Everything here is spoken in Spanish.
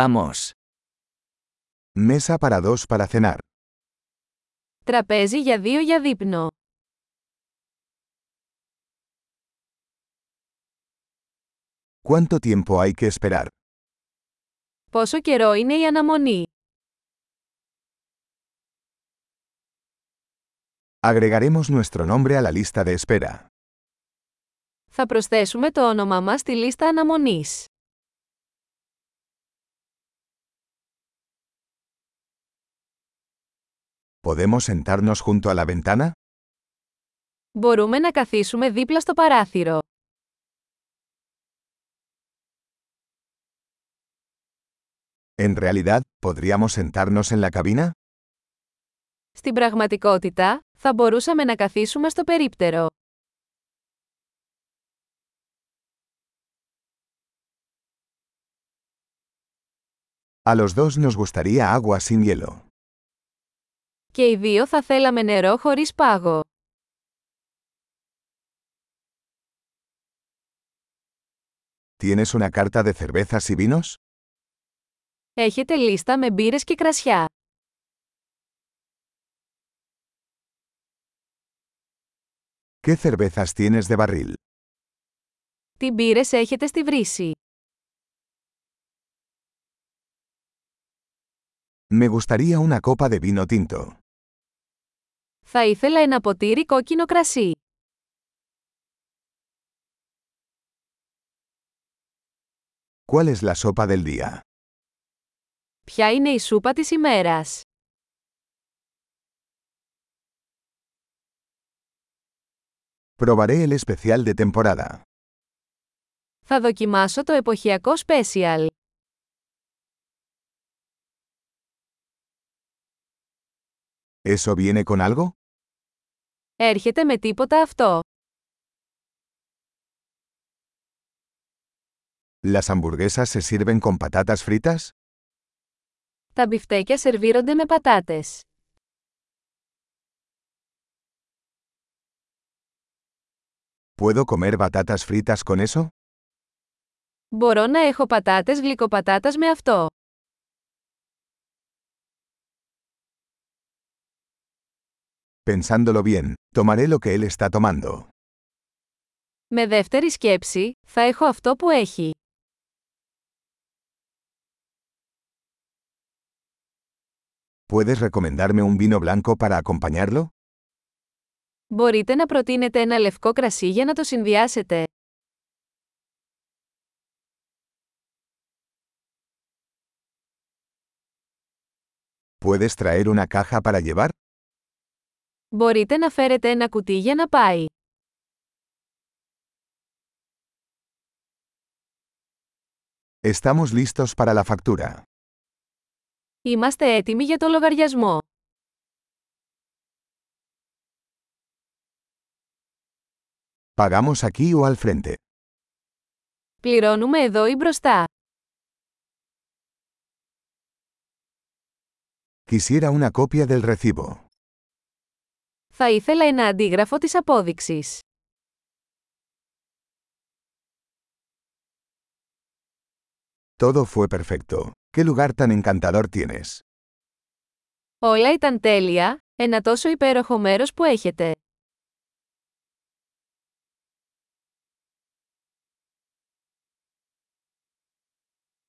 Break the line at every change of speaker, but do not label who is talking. Vamos.
Mesa para dos para cenar.
Τραπέζι για δύο για δείπνο.
¿Cuánto tiempo hay que esperar?
Πόσο καιρό είναι η αναμονή.
Agregaremos nuestro nombre a la lista de espera.
Θα προσθέσουμε το όνομά μας στη λίστα αναμονής.
¿Podemos sentarnos junto a la ventana?
Μπορούμε να καθίσουμε δίπλα στο παράθυρο.
En realidad, ¿podríamos sentarnos en la cabina?
Στην πραγματικότητα, θα μπορούσαμε να καθίσουμε στο περίπτερο.
A los dos nos gustaría agua sin hielo.
Και οι δύο θα θέλαμε νερό χωρίς πάγο.
¿Tienes una carta de cervezas y vinos?
Έχετε λίστα με μπύρες και κρασιά.
¿Qué cervezas tienes de barril?
Τι μπύρες έχετε στη βρύση.
Me gustaría una copa de vino tinto.
Θα ήθελα ένα ποτήρι κόκκινο κρασί.
¿Cuál es la sopa del día?
Ποια είναι η σούπα της ημέρας.
Probaré el especial de temporada.
Θα δοκιμάσω το εποχιακό special.
¿Eso viene con algo?
Έρχεται με τίποτα αυτό.
¿Las hamburguesas se sirven con patatas fritas?
Τα μπιφτέκια σερβίρονται με πατάτες.
¿Puedo comer batatas fritas con eso?
Μπορώ να έχω πατάτες γλυκοπατάτας με αυτό.
Pensándolo bien, tomaré lo que él está tomando.
Με δεύτερη σκέψη, θα έχω αυτό που έχει.
¿Puedes recomendarme un vino blanco para acompañarlo?
Μπορείτε να προτείνετε ένα λευκό κρασί για να το συνδυάσετε.
¿Puedes traer una caja para llevar?
Μπορείτε να φέρετε ένα κουτί για να πάει.
Estamos listos para la factura.
Είμαστε έτοιμοι για το λογαριασμό.
¿Pagamos aquí o al frente?
Πληρώνουμε εδώ ή μπροστά.
Quisiera una copia del recibo.
Θα ήθελα ένα αντίγραφο της απόδειξης.
Todo fue perfecto. ¿Qué lugar tan encantador tienes?
Όλα ήταν τέλεια, ένα τόσο υπέροχο μέρος που έχετε.